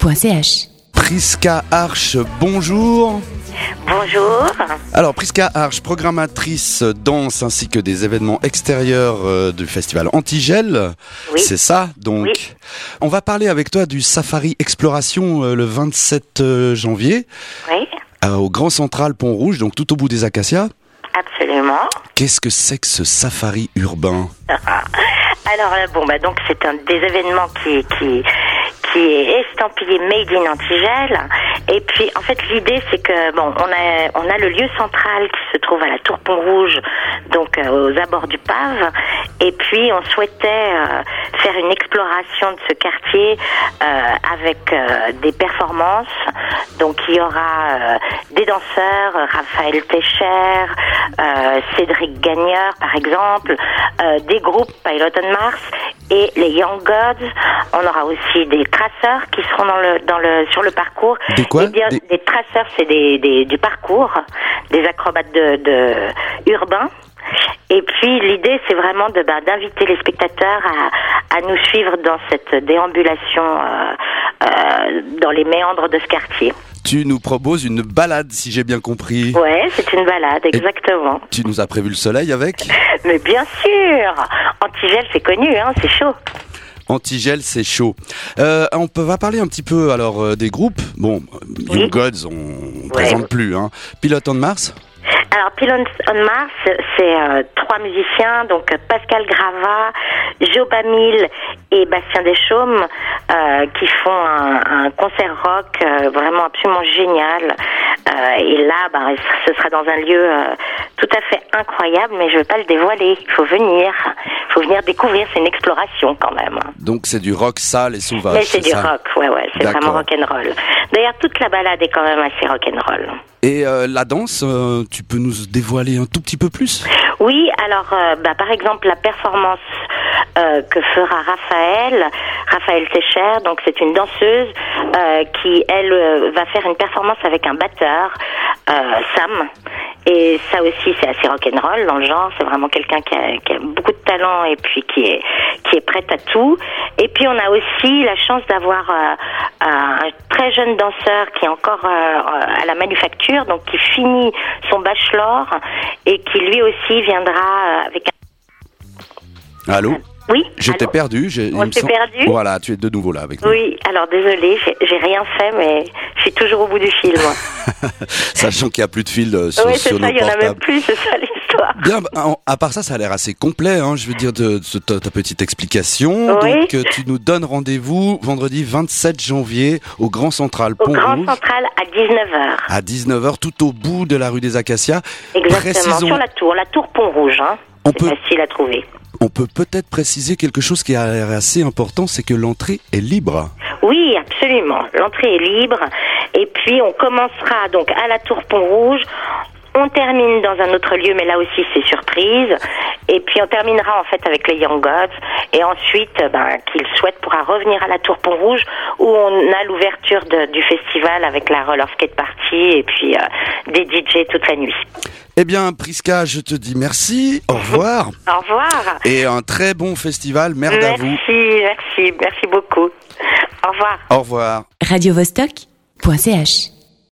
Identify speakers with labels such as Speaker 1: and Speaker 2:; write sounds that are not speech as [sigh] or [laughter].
Speaker 1: radiovostok.ch.
Speaker 2: Prisca Arche, bonjour.
Speaker 3: Bonjour.
Speaker 2: Alors Prisca Arche, programmatrice danse ainsi que des événements extérieurs euh, du festival Antigel.
Speaker 3: Oui.
Speaker 2: C'est ça donc.
Speaker 3: Oui.
Speaker 2: On va parler avec toi du Safari Exploration euh, le 27 euh, janvier
Speaker 3: Oui,
Speaker 2: euh, au Grand Central Pont Rouge, donc tout au bout des acacias.
Speaker 3: absolument.
Speaker 2: Qu'est-ce que c'est que ce safari urbain
Speaker 3: Alors euh, bon bah donc c'est un des événements qui qui qui est estampillé Made in Antigel. Et puis en fait l'idée c'est que bon on a on a le lieu central qui se trouve à la Tour Pont Rouge donc euh, aux abords du Pave. Et puis on souhaitait euh, faire une exploration de ce quartier euh, avec euh, des performances. Donc il y aura euh, des danseurs, euh, Raphaël Pécher, euh, Cédric Gagneur par exemple, euh, des groupes Pilot on Mars et les Young Gods. On aura aussi des traceurs qui seront dans le, dans le, sur le parcours.
Speaker 2: Des quoi
Speaker 3: Eh bien,
Speaker 2: Des-
Speaker 3: Des traceurs, c'est des, des, du parcours, des acrobates de, de, urbains. Et puis l'idée, c'est vraiment de bah, d'inviter les spectateurs à, à nous suivre dans cette déambulation euh, euh, dans les méandres de ce quartier.
Speaker 2: Tu nous proposes une balade si j'ai bien compris.
Speaker 3: Ouais, c'est une balade, exactement.
Speaker 2: Tu nous as prévu le soleil avec
Speaker 3: Mais bien sûr, Antigel, c'est connu, hein, c'est chaud.
Speaker 2: Antigel, c'est chaud. Euh, on peut va parler un petit peu alors euh, des groupes. Bon,
Speaker 3: Oui.
Speaker 2: Young Gods, on ne présente plus. Hein. Pilote on Mars,
Speaker 3: Alors, Pylons on Mars, c'est euh, trois musiciens, donc euh, Pascal Grava, Joe Bamil et Bastien Deschaumes, euh, qui font un, un concert rock euh, vraiment absolument génial. Euh, et là, bah, ce sera dans un lieu euh, tout à fait incroyable, mais je ne vais pas le dévoiler. Il faut venir, il faut venir découvrir, c'est une exploration quand même.
Speaker 2: donc c'est du rock sale et sauvage.
Speaker 3: mais c'est du
Speaker 2: Bah, ça
Speaker 3: rock, ouais, ouais, c'est
Speaker 2: D'accord.
Speaker 3: vraiment rock'n'roll. D'ailleurs, toute la balade est quand même assez rock'n'roll.
Speaker 2: Et euh, la danse, euh, tu peux nous dévoiler un tout petit peu plus
Speaker 3: Oui, alors euh, bah, par exemple la performance euh, que fera Raphaël, Raphaël Técher, donc c'est une danseuse euh, qui elle euh, va faire une performance avec un batteur, euh, Sam. Et ça aussi c'est assez rock'n'roll dans le genre, c'est vraiment quelqu'un qui a, qui a beaucoup de talent et puis qui est qui est prête à tout. Et puis on a aussi la chance d'avoir euh, un très jeune danseur qui est encore euh, euh, à la manufacture, donc qui finit son bachelor et qui lui aussi viendra euh, avec un...
Speaker 2: Allô
Speaker 3: Oui
Speaker 2: Je t'ai
Speaker 3: allô
Speaker 2: perdu. j'ai- il
Speaker 3: On
Speaker 2: me
Speaker 3: s'est
Speaker 2: semble-
Speaker 3: perdu
Speaker 2: Voilà, tu es de nouveau là avec nous.
Speaker 3: Oui, alors désolé, j'ai rien fait, mais je suis toujours au bout du
Speaker 2: [laughs]
Speaker 3: fil. moi.
Speaker 2: Sachant qu'il n'y a plus de fil euh, sur,
Speaker 3: oui,
Speaker 2: sur
Speaker 3: c'est
Speaker 2: nos
Speaker 3: ça, il y en a même
Speaker 2: portables.
Speaker 3: plus, c'est ça l'histoire.
Speaker 2: Bien, bah, en- à part ça, ça a l'air assez complet, hein, je veux dire, de, de ta, ta petite explication.
Speaker 3: Oui.
Speaker 2: Donc, euh, tu nous donnes rendez-vous vendredi 27 janvier au Grand Central
Speaker 3: Au
Speaker 2: Pont
Speaker 3: Grand
Speaker 2: Rouge
Speaker 3: Central à 19h.
Speaker 2: à 19h, tout au bout de la rue des Acacias.
Speaker 3: Exactement,
Speaker 2: Ah, Précisons-
Speaker 3: sur la tour, la tour Pont-Rouge. Hein.
Speaker 2: On
Speaker 3: C'est
Speaker 2: peut-
Speaker 3: facile à trouver.
Speaker 2: On peut peut-être préciser quelque chose qui a l'air assez important, c'est que l'entrée est libre.
Speaker 3: Oui, absolument. L'entrée est libre. Et puis, on commencera donc à la Tour Pont-Rouge. On termine dans un autre lieu, mais là aussi, c'est surprise. Et puis, on terminera en fait avec les Young Gods. Et ensuite, euh, ben, qu'il souhaite pourra revenir à la Tour Pont-Rouge où on a l'ouverture de- du festival avec la Roller Skate Party et puis euh, des DJ toute la nuit.
Speaker 2: Eh bien, Prisca, je te dis merci, au
Speaker 3: [laughs]
Speaker 2: revoir,
Speaker 3: Au revoir.
Speaker 2: et un très bon festival, merde à vous.
Speaker 3: Merci, merci, merci beaucoup. Au revoir.
Speaker 2: Au revoir.
Speaker 1: radiovostok.ch